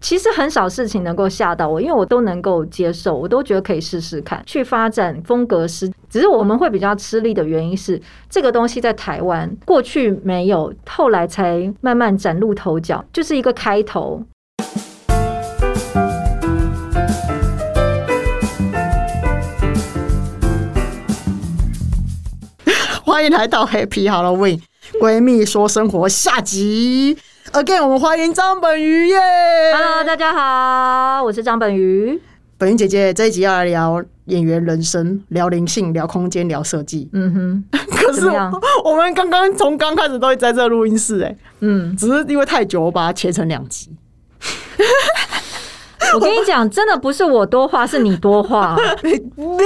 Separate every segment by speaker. Speaker 1: 其实很少事情能够吓到我，因为我都能够接受，我都觉得可以试试看去发展风格师。只是我们会比较吃力的原因是，这个东西在台湾过去没有，后来才慢慢崭露头角，就是一个开头。
Speaker 2: 欢迎来到 Happy Halloween 闺蜜说生活下集。Again，我们欢迎张本鱼耶
Speaker 1: Hello，大家好，我是张本鱼。
Speaker 2: 本鱼姐姐这一集要来聊演员人生，聊灵性，聊空间，聊设 计。
Speaker 1: 嗯哼，
Speaker 2: 可
Speaker 1: 怎
Speaker 2: 是
Speaker 1: 么样
Speaker 2: 我我们刚刚从刚开始都一直在这录音室哎、
Speaker 1: 嗯，
Speaker 2: 只是因为太久，我把它切成两集。
Speaker 1: 我跟你讲，真的不是我多话，是你多话。
Speaker 2: 你明明你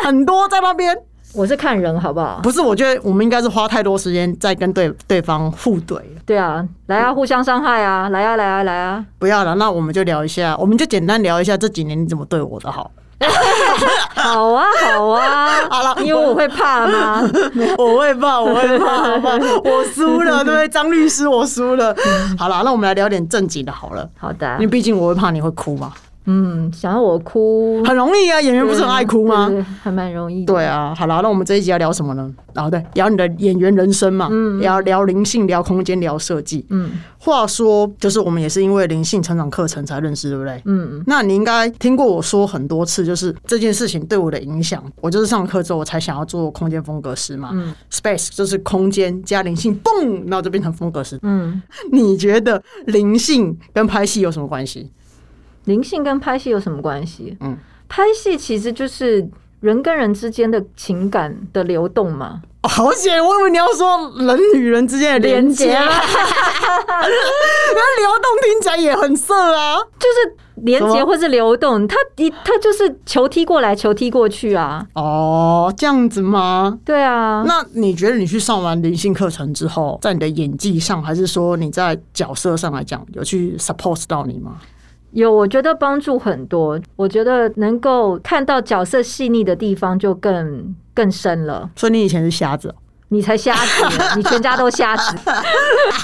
Speaker 2: 也很多在那边，
Speaker 1: 我是看人好不好？
Speaker 2: 不是？我觉得我们应该是花太多时间在跟对对方互怼了。
Speaker 1: 对啊，来啊，互相伤害啊，来啊，来啊，来啊。
Speaker 2: 不要了，那我们就聊一下，我们就简单聊一下这几年你怎么对我的好。
Speaker 1: 好啊，好啊，
Speaker 2: 好了
Speaker 1: 因为我会怕吗？
Speaker 2: 我会怕，我会怕，好吧，我输了，对不对？张律师，我输了。好啦，那我们来聊点正经的好了，
Speaker 1: 好的
Speaker 2: 因为，毕竟我会怕你会哭嘛，
Speaker 1: 嗯，想要我哭，
Speaker 2: 很容易啊，演员不是很爱哭 吗
Speaker 1: 对？对对还蛮容易的。
Speaker 2: 对啊，好啦，那我们这一集要聊什么呢？哦，对，聊你的演员人生嘛，聊聊灵性，聊空间，聊设计。
Speaker 1: 嗯
Speaker 2: 话说，就是我们也是因为灵性成长课程才认识，对不对？
Speaker 1: 嗯，
Speaker 2: 那你应该听过我说很多次，就是这件事情对我的影响。我就是上课之后，我才想要做空间风格师嘛。Space 就是空间加灵性，嘣，然后就变成风格师。
Speaker 1: 嗯，
Speaker 2: 你觉得灵性跟拍戏有什么关系？
Speaker 1: 灵性跟拍戏有什么关系？
Speaker 2: 嗯，
Speaker 1: 拍戏其实就是人跟人之间的情感的流动嘛，
Speaker 2: 哦好险！我以为你要说人与人之间的连接，
Speaker 1: 连啊
Speaker 2: 那流动听起来也很色啊。
Speaker 1: 就是连
Speaker 2: 什
Speaker 1: 接
Speaker 2: 么
Speaker 1: 或是流动，它一它就是球踢过来，球踢过去啊。
Speaker 2: 哦，这样子吗？
Speaker 1: 对啊，
Speaker 2: 那你觉得你去上完灵性课程之后，在你的演技上，还是说你在角色上来讲，有去 support 到你吗？
Speaker 1: 有，我觉得帮助很多。我觉得能够看到角色细腻的地方就更更深了。
Speaker 2: 所以你以前是瞎子哦、
Speaker 1: 你才瞎子，你全家都瞎子。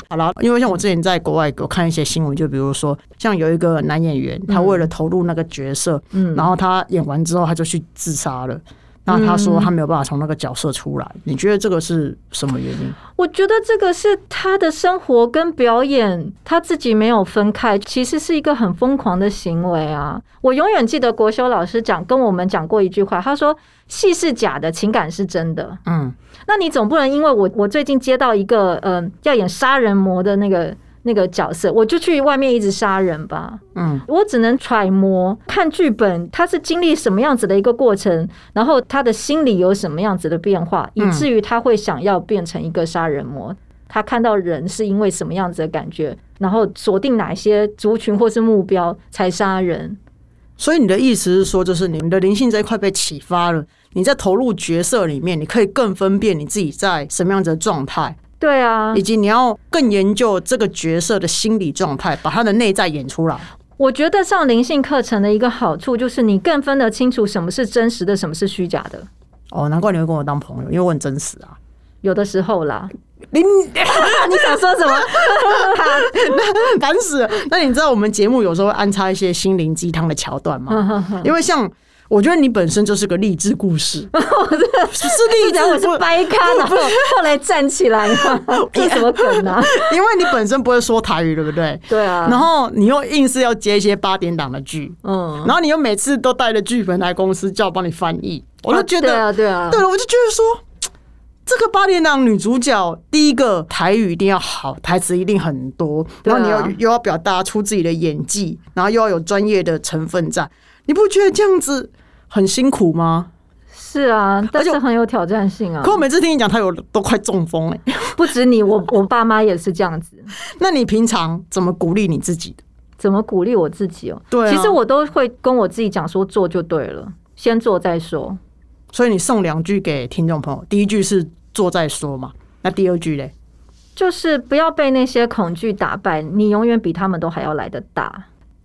Speaker 2: 好了，因为像我之前在国外有看一些新闻，就比如说像有一个男演员，他为了投入那个角色，
Speaker 1: 嗯
Speaker 2: 然后他演完之后他就去自杀了。那他说他没有办法从那个角色出来，你觉得这个是什么原因？
Speaker 1: 我觉得这个是他的生活跟表演他自己没有分开，其实是一个很疯狂的行为啊！我永远记得国修老师讲跟我们讲过一句话，他说：“戏是假的，情感是真的。”
Speaker 2: 嗯，
Speaker 1: 那你总不能因为我我最近接到一个嗯、呃要演杀人魔的那个那个角色，我就去外面一直杀人吧？
Speaker 2: 嗯，
Speaker 1: 我只能揣摩看剧本，他是经历什么样子的一个过程，然后他的心理有什么样子的变化，以至于他会想要变成一个杀人魔。他看到人是因为什么样子的感觉，然后锁定哪些族群或是目标才杀人。
Speaker 2: 所以你的意思是说，就是你们的灵性这一块被启发了，你在投入角色里面，你可以更分辨你自己在什么样子的状态，
Speaker 1: 对啊
Speaker 2: 以，及你要更研究这个角色的心理状态，把他的内在演出来。
Speaker 1: 我觉得上灵性课程的一个好处就是你更分得清楚什么是真实的，什么是虚假的。
Speaker 2: 哦，难怪你会跟我当朋友，因为我很真实啊。
Speaker 1: 有的时候啦，
Speaker 2: 你你想说 什么？烦死了！那你知道我们节目有时候会安插一些心灵鸡汤的桥段吗？因为像我觉得你本身就是个励志故事，是励
Speaker 1: 然后我
Speaker 2: 志
Speaker 1: 是
Speaker 2: 不？
Speaker 1: 掰咖，然后后来站起来 嘛，这什么梗啊？
Speaker 2: 因为你本身不会说台语，对不对？
Speaker 1: 对啊，
Speaker 2: 然后你又硬是要接一些八点档的剧，
Speaker 1: 嗯，
Speaker 2: 然后你又每次都带着剧本来公司叫我帮你翻译，我就觉得
Speaker 1: 啊对啊，对
Speaker 2: 对
Speaker 1: 啊，
Speaker 2: 了，我就觉得说，这个八点档女主角，第一个台语一定要好，台词一定很多，
Speaker 1: 对
Speaker 2: 然
Speaker 1: 啊
Speaker 2: 后你要又要表达出自己的演技，然后又要有专业的成分在，你不觉得这样子很辛苦吗？
Speaker 1: 是啊，但
Speaker 2: 而且
Speaker 1: 是很有挑战性啊
Speaker 2: 可。我每次听你讲台语，我都快中风了、
Speaker 1: 不止你，我我爸妈也是这样子。
Speaker 2: 那你平常怎么鼓励你自己的？
Speaker 1: 怎么鼓励我自己哦？
Speaker 2: 对啊
Speaker 1: 其实我都会跟我自己讲说，做就对了，先做再说。
Speaker 2: 所以你送两句给听众朋友，第一句是做再说嘛，那第二句嘞？
Speaker 1: 就是不要被那些恐惧打败，你永远比他们都还要来得大。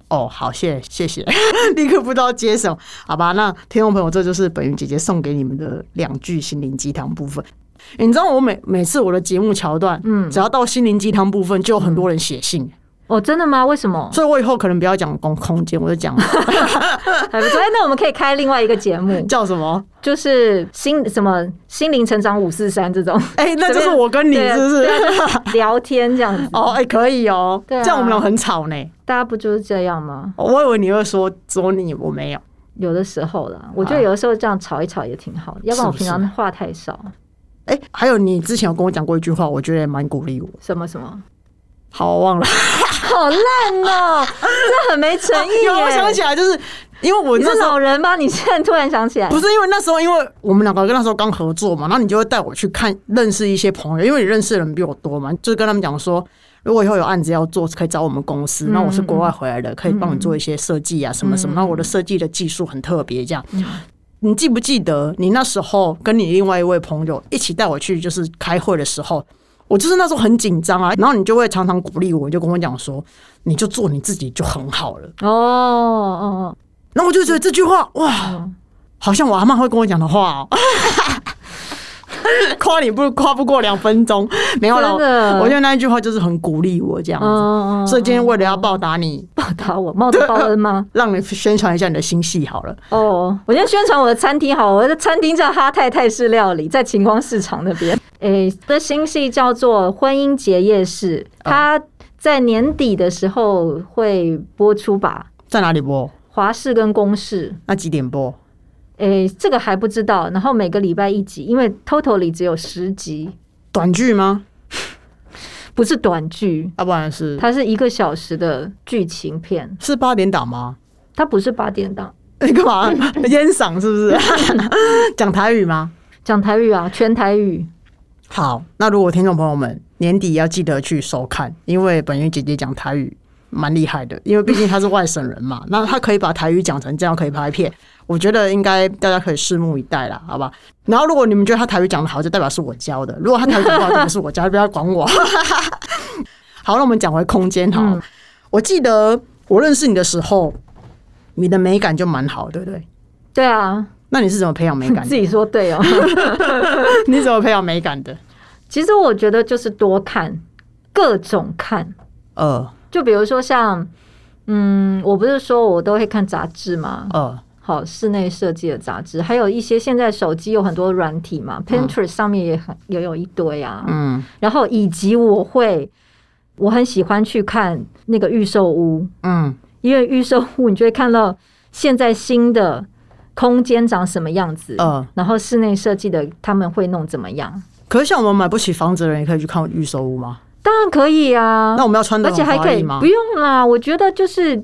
Speaker 2: 哦，好，谢谢谢， 立刻不知道接什么，好吧？那听众朋友，这就是本云姐姐送给你们的两句心灵鸡汤部分。你知道我每每次我的节目桥段，嗯，只要到心灵鸡汤部分，就有很多人写信，
Speaker 1: 哦，真的吗？为什么？
Speaker 2: 所以我以后可能不要讲空空间，我 就讲
Speaker 1: 还不错。哎，那我们可以开另外一个节目，
Speaker 2: 叫什么？
Speaker 1: 就是心什么心灵成长五四三这种。
Speaker 2: 哎、那就是我 跟你
Speaker 1: 对啊
Speaker 2: 是不是？
Speaker 1: 对 就是聊天这样子，
Speaker 2: 哦，哎、可以哦，
Speaker 1: 对啊
Speaker 2: 这样我们俩很吵呢。
Speaker 1: 大家不就是这样吗？
Speaker 2: 我以为你会说说你，我没有。
Speaker 1: 有的时候啦，我觉得有的时候这样吵一吵也挺好的，要不然我平常话太少。
Speaker 2: 哎、还有你之前有跟我讲过一句话，我觉得也蛮鼓励我。
Speaker 1: 什么什么，
Speaker 2: 好，我忘了。
Speaker 1: 好烂 哦、这很没诚意耶、
Speaker 2: 哦有，我想起来，就是因为我
Speaker 1: 你
Speaker 2: 那
Speaker 1: 是
Speaker 2: 时候
Speaker 1: 老人吗？你现在突然想起来
Speaker 2: 不，是因为那时候，因为我们两个那时候刚合作嘛，然后你就会带我去看认识一些朋友，因为你认识的人比我多嘛，就是跟他们讲说，如果以后有案子要做，可以找我们公
Speaker 1: 嗯
Speaker 2: 司。那我是国外回来的，可以帮你做一些设计啊什么什么。那我的设计的技术很特别，这样。
Speaker 1: 嗯
Speaker 2: 你记不记得你那时候跟你另外一位朋友一起带我去就是开会的时候？我就是那时候很紧张啊，然后你就会常常鼓励我，你就跟我讲说，你就做你自己就很好了。
Speaker 1: 哦哦，哦
Speaker 2: 然后我就觉得这句话哇，
Speaker 1: 嗯
Speaker 2: 好像我阿妈会跟我讲的话、哦。 夸你不夸不过两分钟，没有了。
Speaker 1: 真的
Speaker 2: 我觉得那一句话就是很鼓励我这样
Speaker 1: 哦
Speaker 2: 子。
Speaker 1: 哦，
Speaker 2: 所以今天为了要报答你，
Speaker 1: 报答我冒着报恩吗？
Speaker 2: 让你宣传一下你的新戏好了。
Speaker 1: 哦，我先宣传我的餐厅好，我的餐厅叫哈泰泰式料理，在晴光市场那边。 诶、我的新戏叫做《婚姻结夜市》，它在年底的时候会播出吧，
Speaker 2: 在哪里播？
Speaker 1: 华视跟公视。
Speaker 2: 那几点播？
Speaker 1: 诶、这个还不知道。然后每个礼拜一集，因为 total 里只有十集，
Speaker 2: 短剧吗？啊
Speaker 1: 不是短剧，
Speaker 2: 要、不然是
Speaker 1: 它是一个小时的剧情片，
Speaker 2: 是八点档吗？
Speaker 1: 它不是八点档。
Speaker 2: 你干 嘛？烟嗓是不是？ 讲台语吗？
Speaker 1: 讲台语啊，全台语。
Speaker 2: 好，那如果听众朋友们年底要记得去收看，因为本月姐姐讲台语蛮厉害的，因为毕竟她是外省人嘛， 那她可以把台语讲成这样可以拍片，我觉得应该大家可以拭目以待啦，好吧？然后如果你们觉得她台语讲的好，就代表是我教的；如果她台语讲不好，就不是 我教，就不要管我。好，那我们讲回空间好了我记得我认识你的时候，你的美感就蛮好，对不对？
Speaker 1: 对啊，
Speaker 2: 那你是怎么培养 美感
Speaker 1: 自
Speaker 2: 的？
Speaker 1: 己说对哦。
Speaker 2: 你怎么培养美感 的？
Speaker 1: 其实我觉得就是多看，各种看。
Speaker 2: 呃
Speaker 1: 就比如说像，嗯，我不是说我都会看杂志嘛，
Speaker 2: 呃，
Speaker 1: 好，室内设计的杂志，还有一些现在手机有很多软体嘛、p i n t e r e s t 上面也很也有一堆啊。
Speaker 2: 嗯
Speaker 1: 然后以及我会，我很喜欢去看那个预售屋，
Speaker 2: 嗯。
Speaker 1: 因为预售屋你就会看到现在新的空间长什么样子，
Speaker 2: 嗯
Speaker 1: 然后室内设计的他们会弄怎么样。
Speaker 2: 可是像我们买不起房子的人，也可以去看预售屋吗？
Speaker 1: 当然可以啊，
Speaker 2: 那我们要穿的
Speaker 1: 而且
Speaker 2: 很
Speaker 1: 还
Speaker 2: 华
Speaker 1: 可以
Speaker 2: 丽吗
Speaker 1: 不？用啦，我觉得就是。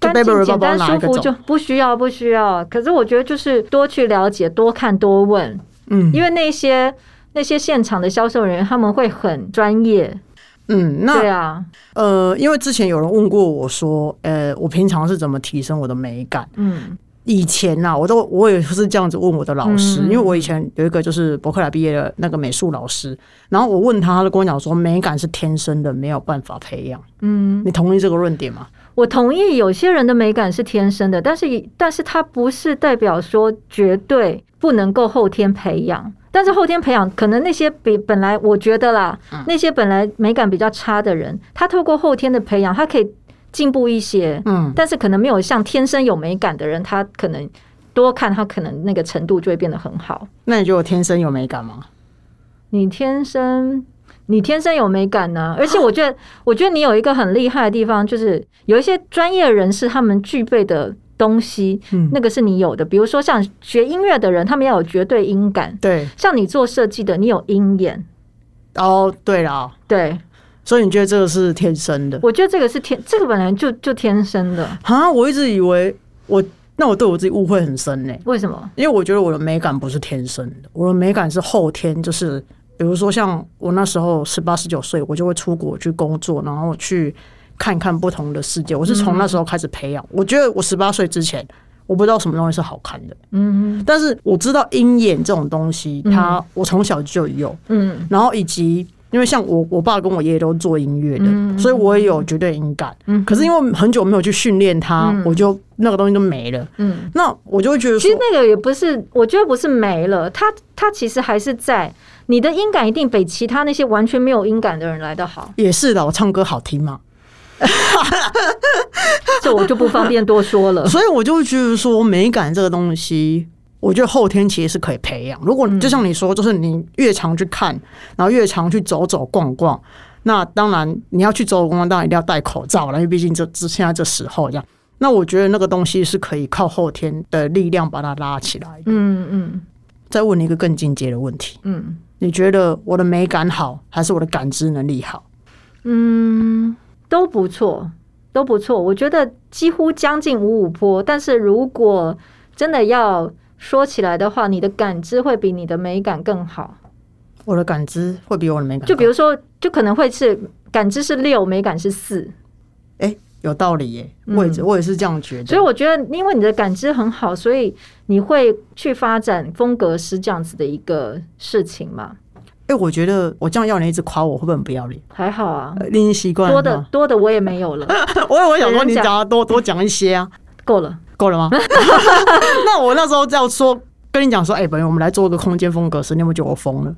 Speaker 1: 干净、
Speaker 2: Burberry
Speaker 1: 简单、
Speaker 2: 包包拿
Speaker 1: 舒
Speaker 2: 一个
Speaker 1: 服
Speaker 2: 走
Speaker 1: 就不需要，不需要。可是我觉得就是多去了解、多看、多问，
Speaker 2: 嗯
Speaker 1: 因为那些那些现场的销售人员他们会很专业，
Speaker 2: 嗯，那
Speaker 1: 对啊，
Speaker 2: 呃，因为之前有人问过我说，呃，我平常是怎么提升我的美感？
Speaker 1: 嗯，
Speaker 2: 以前啊呐、我都我也是这样子问我的老
Speaker 1: 嗯
Speaker 2: 师，因为我以前有一个就是伯克莱毕业的那个美术老师，然后我问他，他就跟我讲说，美感是天生的，没有办法培养。嗯，你同意这个论点吗？
Speaker 1: 我同意，有些人的美感是天生的，但是但是它不是代表说绝对不能够后天培养。但是后天培养，可能那些比本来我觉得啦，那些本来美感比较差的人，他透过后天的培养，他可以进步一些。
Speaker 2: 嗯，
Speaker 1: 但是可能没有像天生有美感的人，他可能多看，他可能那个程度就会变得很好。
Speaker 2: 那你觉得我天生有美感吗？
Speaker 1: 你天生，你天生有美感呢、而且我觉得，我觉得你有一个很厉害的地方，就是有一些专业人士他们具备的东西，那个是你有的。比如说像学音乐的人，他们要有绝对音感；
Speaker 2: 对，
Speaker 1: 像你做设计的，你有鹰眼。
Speaker 2: 哦，对了，
Speaker 1: 对，
Speaker 2: 所以你觉得这个是天生的？
Speaker 1: 我觉得这个是天，这个本来就就天生的。
Speaker 2: 啊，我一直以为我，那我对我自己误会很深呢、
Speaker 1: 为什么？
Speaker 2: 因为我觉得我的美感不是天生的，我的美感是后天，就是比如说像我那时候十八十九岁，我就会出国去工作，然后去看看不同的世界。我是从那时候开始培养，我觉得我十八岁之前。我不知道什么东西是好看的，
Speaker 1: 嗯
Speaker 2: 但是我知道鹰眼这种东西，它我从小就有，
Speaker 1: 嗯
Speaker 2: 然后以及因为像我我爸跟我爷爷都做音乐的，所以我也有绝对音感。
Speaker 1: 嗯
Speaker 2: 可是因为很久没有去训练它，我就那个东西就没了。
Speaker 1: 嗯。
Speaker 2: 那我就会觉得
Speaker 1: 其
Speaker 2: 说
Speaker 1: 实，那个也不是，我觉得不是没了，它它其实还是在。你的音感一定比其他那些完全没有音感的人来得好。
Speaker 2: 也是的，我唱歌好听嘛。
Speaker 1: 这我就不方便多说了。
Speaker 2: 所以我就会觉得说，美感这个东西，我觉得后天其实是可以培养。如果就像你说，就是你越常去看，然后越常去走走逛逛，那当然你要去走走逛逛，当然一定要戴口罩了，因为毕竟这这现在这时候这样。那我觉得那个东西是可以靠后天的力量把它拉起来的。
Speaker 1: 嗯嗯
Speaker 2: 再问你一个更进阶的问题，
Speaker 1: 嗯
Speaker 2: 你觉得我的美感好，还是我的感知能力好？
Speaker 1: 嗯，都不错，都不错。我觉得几乎将近五五坡，但是如果真的要说起来的话，你的感知会比你的美感更好。
Speaker 2: 我的感知会比我的美感高，
Speaker 1: 就比如说，就可能会是感知是六，美感是四。
Speaker 2: 哎、有道理耶、我也、我也是这样觉
Speaker 1: 嗯所以
Speaker 2: 得。
Speaker 1: 我觉得，因为你的感知很好，所以你会去发展风格师这样子的一个事情嘛？
Speaker 2: 哎、我觉得我这样要你一直夸我，会不会很不要脸？
Speaker 1: 还好啊，
Speaker 2: 呃你已经习惯
Speaker 1: 多
Speaker 2: 了
Speaker 1: 的
Speaker 2: 吗，
Speaker 1: 多的我也没有了，
Speaker 2: 我我想
Speaker 1: 别
Speaker 2: 说
Speaker 1: 人
Speaker 2: 你
Speaker 1: 讲
Speaker 2: 讲要多多讲一 些啊，
Speaker 1: 够了。
Speaker 2: 够 了吗？那我那时候这样说，跟你讲说，哎、朋友，我们来做一个空间风格时，你有没有觉得我疯了？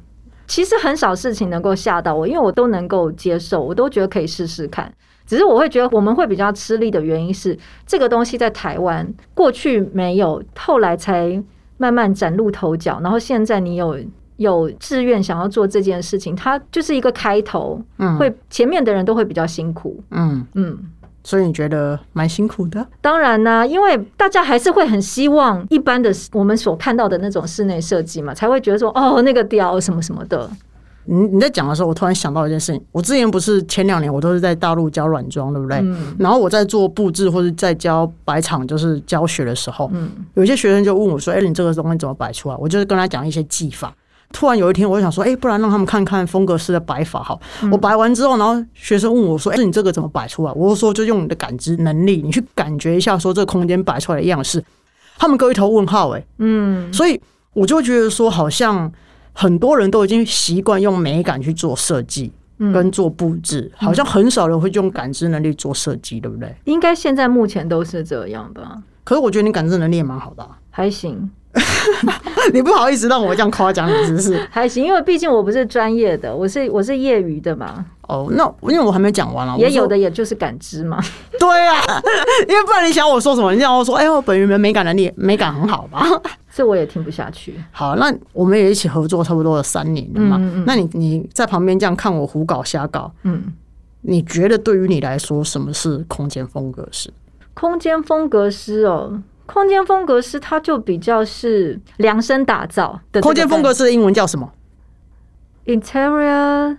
Speaker 1: 其实很少事情能够吓到我，因为我都能够接受，我都觉得可以试试看。只是我会觉得我们会比较吃力的原因是，这个东西在台湾过去没有，后来才慢慢崭露头角，然后现在你有。有志愿想要做这件事情，它就是一个开头，
Speaker 2: 嗯
Speaker 1: 会前面的人都会比较辛苦，
Speaker 2: 嗯，
Speaker 1: 嗯，
Speaker 2: 所以你觉得蛮辛苦的？
Speaker 1: 当然呢、因为大家还是会很希望一般的我们所看到的那种室内设计嘛，才会觉得说哦，那个屌什么什么的。
Speaker 2: 你你在讲的时候，我突然想到一件事情。我之前不是前两年我都是在大陆教软装，对不对？
Speaker 1: 嗯
Speaker 2: 然后我在做布置或者在教摆场，就是教学的时候，
Speaker 1: 嗯
Speaker 2: 有一些学生就问我说：“哎、你这个东西怎么摆出来？”我就是跟他讲一些技法。突然有一天，我就想说：“哎、不然让他们看看风格师的摆法好。
Speaker 1: 嗯
Speaker 2: 我摆完之后，然后学生问我说：“哎、你这个怎么摆出来？”我就说：“就用你的感知能力，你去感觉一下，说这个空间摆出来的样式。”他们各一头问号、哎，
Speaker 1: 嗯
Speaker 2: 所以我就觉得说，好像很多人都已经习惯用美感去做设计
Speaker 1: 嗯
Speaker 2: 跟做布置，好像很少人会用感知能力做设计，对不对？
Speaker 1: 应该现在目前都是这样吧，
Speaker 2: 可是我觉得你感知能力也蛮好的、啊，
Speaker 1: 还行
Speaker 2: 你不好意思让我这样夸奖你，是不是？
Speaker 1: 还行，因为毕竟我不是专业的，我是我是业余的嘛，
Speaker 2: 哦，那因为我还没讲完啊，我
Speaker 1: 也
Speaker 2: 说
Speaker 1: 有的也就是感知嘛。
Speaker 2: 对啊，因为不然你想我说什么？你想我说，哎呦，本人美感能力美感很好吧？
Speaker 1: 这我也听不下去，
Speaker 2: 好，那我们也一起合作差不多有三年了嘛。
Speaker 1: 嗯嗯嗯
Speaker 2: 那你你在旁边这样看我胡搞瞎搞，
Speaker 1: 嗯，
Speaker 2: 你觉得对于你来说，什么是空间风格是？
Speaker 1: 空间风格师哦，空间风格师他就比较是量身打造的这个
Speaker 2: 空间风格
Speaker 1: 概
Speaker 2: 是的英文叫什么
Speaker 1: 念 interior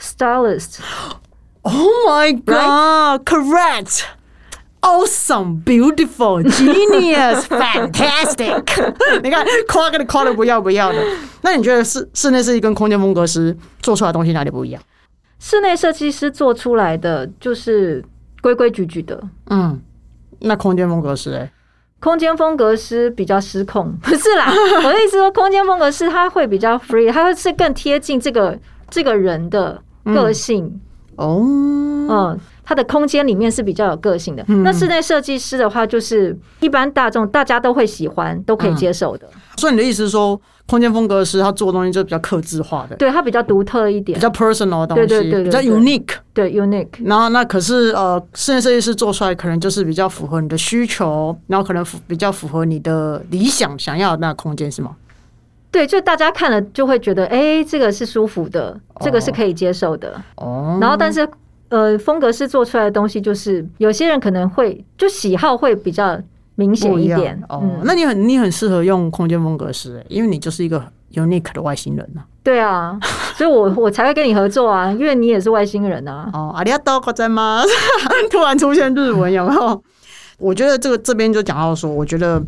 Speaker 1: stylist，
Speaker 2: ？Oh my god! Correct. Awesome, beautiful, genius, fantastic！你 看，夸跟你夸的不要不要的。那你觉得室室内设计跟空间风格师做出来的东西哪里不一样？
Speaker 1: 室内设计师做出来的就是规规矩矩的，
Speaker 2: 嗯，那空间风格师、欸，
Speaker 1: 空间风格师比较失控， 不是 啦，我的意思说，空间风格师他会比较 free，他会是更贴近这个这个人的个性，
Speaker 2: 哦、
Speaker 1: 嗯，他的空间里面是比较有个性的。
Speaker 2: 嗯
Speaker 1: 那室内设计师的话，就是一般大众大家都会喜欢，都可以接受的，
Speaker 2: 所以你的意思是说，空间风格师他做的东西就比较克制化的，
Speaker 1: 对他比较独特一
Speaker 2: 比
Speaker 1: 点，
Speaker 2: 较 personal 的东西，
Speaker 1: 对对对对
Speaker 2: 比较
Speaker 1: 对
Speaker 2: unique。
Speaker 1: 对 unique，
Speaker 2: 然后那可是呃，室内设计师做出来可能就是比较符合你的需求，然后可能符比较符合你的理想想要的那个空间是吗？
Speaker 1: 对，就大家看了就会觉得，哎、这个是舒服的，这个是可以接受的。
Speaker 2: 哦，
Speaker 1: 然后，但是呃，风格是做出来的东西，就是有些人可能会就喜好会比较明显
Speaker 2: 不一样
Speaker 1: 点。
Speaker 2: 哦。
Speaker 1: 嗯，
Speaker 2: 那你很你很适合用空间风格师、欸，因为你就是一个 unique 的外星人呐、
Speaker 1: 对啊，所以我我才会跟你合作啊，因为你也是外星人啊。
Speaker 2: 哦，阿里亚多国在吗？ 突然出现日文，有没有？我觉得这个这边就讲到说，我觉得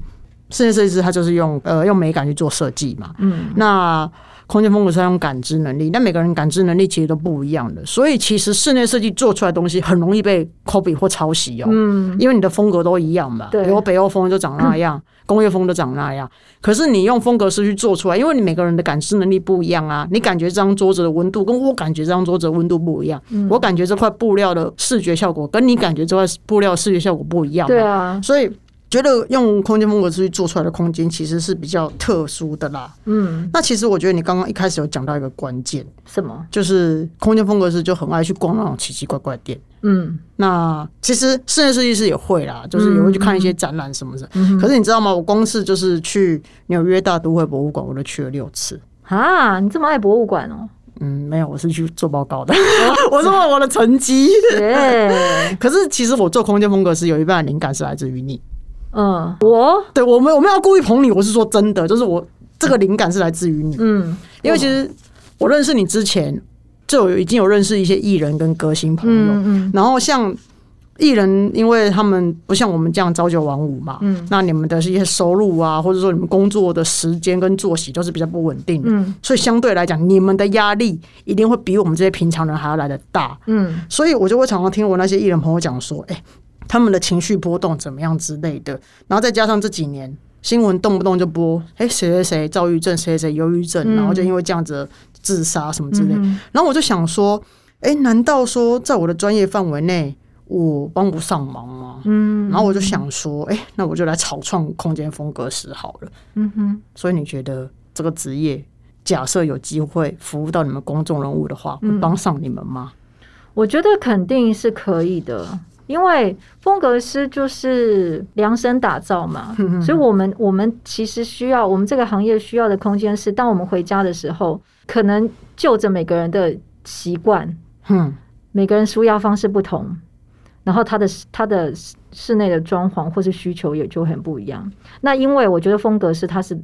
Speaker 2: 室内设计师他就是用呃用美感去做设计嘛，
Speaker 1: 嗯
Speaker 2: 那空间风格是要用感知能力，但每个人感知能力其实都不一样的，所以其实室内设计做出来的东西很容易被 copy 或抄袭哦。
Speaker 1: 嗯，
Speaker 2: 因为你的风格都一样嘛，
Speaker 1: 对
Speaker 2: 比如北欧风就长那样，工业风就长那样。可是你用风格师去做出来，因为你每个人的感知能力不一样啊，你感觉这张桌子的温度跟我感觉这张桌子的温度不一样，
Speaker 1: 嗯
Speaker 2: 我感觉这块布料的视觉效果跟你感觉这块布料的视觉效果不一样嘛，
Speaker 1: 对啊，
Speaker 2: 所以觉得用空间风格师去做出来的空间其实是比较特殊的啦。
Speaker 1: 嗯，
Speaker 2: 那其实我觉得你刚刚一开始有讲到一个关键，
Speaker 1: 什么？
Speaker 2: 就是空间风格师就很爱去逛那种奇奇怪怪的店，
Speaker 1: 嗯，
Speaker 2: 那其实室内设计师也会啦，就是也会去看一
Speaker 1: 嗯
Speaker 2: 些展览什么的。可是你知道吗？我光是就是去纽约大都会博物馆，我都去了六次。
Speaker 1: 啊，你这么爱博物馆 哦，
Speaker 2: 嗯，没有，我是去做报告的。 我说我的成绩。
Speaker 1: 耶，
Speaker 2: 可是其实我做空间风格是有一半的灵感是来自于你。
Speaker 1: 嗯，我，
Speaker 2: 对我们我们要故意捧你，我是说真的，就是我这个灵感是来自于你。
Speaker 1: 嗯，
Speaker 2: 因为其实我认识你之前，就有已经有认识一些艺人跟歌星朋友，
Speaker 1: 嗯嗯
Speaker 2: 然后像艺人，因为他们不像我们这样朝九晚五嘛，
Speaker 1: 嗯
Speaker 2: 那你们的一些收入啊，或者说你们工作的时间跟作息都是比较不稳定的，
Speaker 1: 嗯
Speaker 2: 所以相对来讲，你们的压力一定会比我们这些平常人还要来的大。
Speaker 1: 嗯
Speaker 2: 所以我就会常常听我那些艺人朋友讲说，哎、他们的情绪波动怎么样之类的，然后再加上这几年新闻动不动就播，哎、谁谁谁躁郁症，谁谁谁忧郁症，
Speaker 1: 嗯
Speaker 2: 然后就因为这样子自杀什么之类的
Speaker 1: 嗯
Speaker 2: 然后我就想说，哎、难道说在我的专业范围内，我帮不上忙吗？
Speaker 1: 嗯
Speaker 2: 然后我就想说，哎、那我就来草创空间风格师好了。
Speaker 1: 嗯哼，
Speaker 2: 所以你觉得这个职业，假设有机会服务到你们公众人物的话，
Speaker 1: 嗯
Speaker 2: 会帮上你们吗？
Speaker 1: 我觉得肯定是可以的。因为风格师就是量身打造嘛，所以我们我们其实需要我们这个行业需要的空间是，当我们回家的时候，可能就着每个人的习惯，
Speaker 2: 嗯
Speaker 1: 每个人舒压方式不同，然后他的他的室内的装潢或是需求也就很不一样。那因为我觉得风格是它是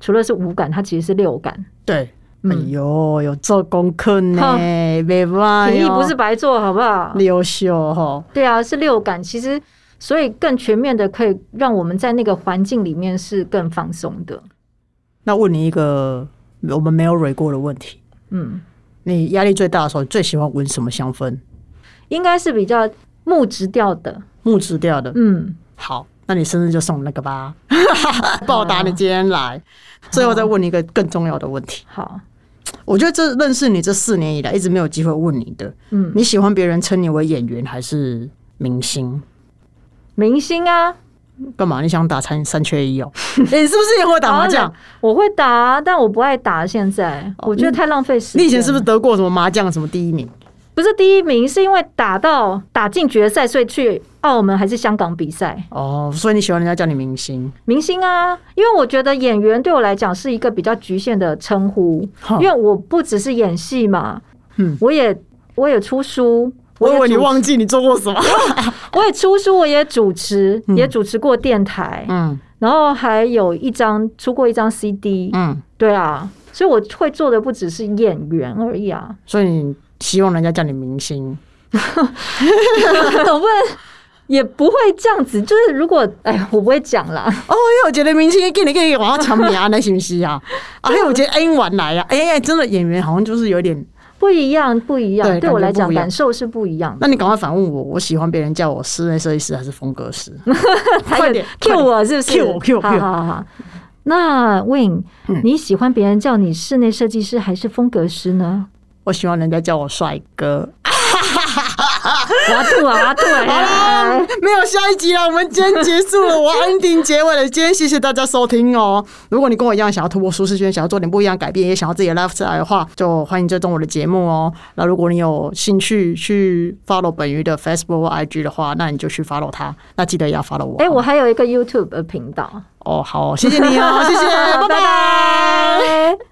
Speaker 1: 除了是五感，它其实是六感，
Speaker 2: 对。哎
Speaker 1: 嗯
Speaker 2: 呦，有做功课呢
Speaker 1: 好，
Speaker 2: 没办
Speaker 1: 平易不是白做，好不好？
Speaker 2: 优秀哈。
Speaker 1: 对啊，是六感，其实所以更全面的可以让我们在那个环境里面是更放松的。
Speaker 2: 那问你一个我们没有蕊过的问题：
Speaker 1: 嗯，
Speaker 2: 你压力最大的时候，你最喜欢闻什么香氛？
Speaker 1: 应该是比较木质调的。
Speaker 2: 木质调的，
Speaker 1: 嗯，
Speaker 2: 好，那你生日就送那 个吧，报答你今天来。
Speaker 1: 哦
Speaker 2: 最后再问你一个更重要的问题，
Speaker 1: 好，
Speaker 2: 我觉得这认识你这四年以来，一直没有机会问你的。
Speaker 1: 嗯，
Speaker 2: 你喜欢别人称你为演员还是明星？
Speaker 1: 明星啊，
Speaker 2: 干嘛？你想打三三缺一哦？ 哎你是不是也会打麻将？哦
Speaker 1: 我会打啊，但我不爱打。现在我觉得太浪费时间。
Speaker 2: 你以前是不是得过什么麻将什么第一名？
Speaker 1: 不是第一名，是因为打到打进决赛，所以去澳门还是香港比赛。
Speaker 2: 哦，所以你喜欢人家叫你明星？
Speaker 1: 明星啊，因为我觉得演员对我来讲是一个比较局限的称呼，
Speaker 2: 哼
Speaker 1: 因为我不只是演戏嘛，
Speaker 2: 嗯
Speaker 1: 我也我也出书，
Speaker 2: 我以
Speaker 1: 也
Speaker 2: 为你
Speaker 1: 主
Speaker 2: 忘记你做过什么。
Speaker 1: 我也出书，我也主持，也主持过电台，
Speaker 2: 嗯
Speaker 1: 然后还有一张出过一张 CD，、
Speaker 2: 嗯，
Speaker 1: 对啊，所以我会做的不只是演员而已 啊，
Speaker 2: 所以你希望人家叫你明星？
Speaker 1: 总不能也不会这样子，就是如果哎，我不会讲啦。
Speaker 2: 哦，因为我觉得明星给你给你往上抢名啊，那行不行 啊？啊，因为我觉得恩玩来啊，哎、哎、真的演员好像就是有点，
Speaker 1: 不一样，不一样。
Speaker 2: 对
Speaker 1: 对
Speaker 2: 感
Speaker 1: 我
Speaker 2: 觉
Speaker 1: 来
Speaker 2: 不
Speaker 1: 讲，
Speaker 2: 一样
Speaker 1: 感受是不一样的。
Speaker 2: 那你赶快反问我，我喜欢别人叫我室内设计师还是风格师？
Speaker 1: 还
Speaker 2: 快
Speaker 1: 有
Speaker 2: 点快
Speaker 1: Q
Speaker 2: 点
Speaker 1: 我是不是
Speaker 2: cue 我 cue 我
Speaker 1: 好
Speaker 2: cue 我
Speaker 1: 好好好。那 Win，、你喜欢别人叫你室内设计师还是风格师呢？
Speaker 2: 我喜欢人家叫我帅哥。嗯
Speaker 1: 我要吐啊！我要吐啊！
Speaker 2: 啊
Speaker 1: 来
Speaker 2: 没有下一集了，我们今天结束了，我安定结尾了。今天谢谢大家收听哦。如果你跟我一样想要突破舒适圈，想要做点不一样改变，也想要自己的 lifestyle 的话，就欢迎追踪我的节目哦。那如果你有兴趣去 follow 本鱼的 Facebook 或 IG 的话，那你就去 follow 他，那记得也要 follow 我。
Speaker 1: 哎、我还有一个 YouTube 的频道，
Speaker 2: 哦，好，谢谢你哦，谢谢，拜拜。
Speaker 1: 拜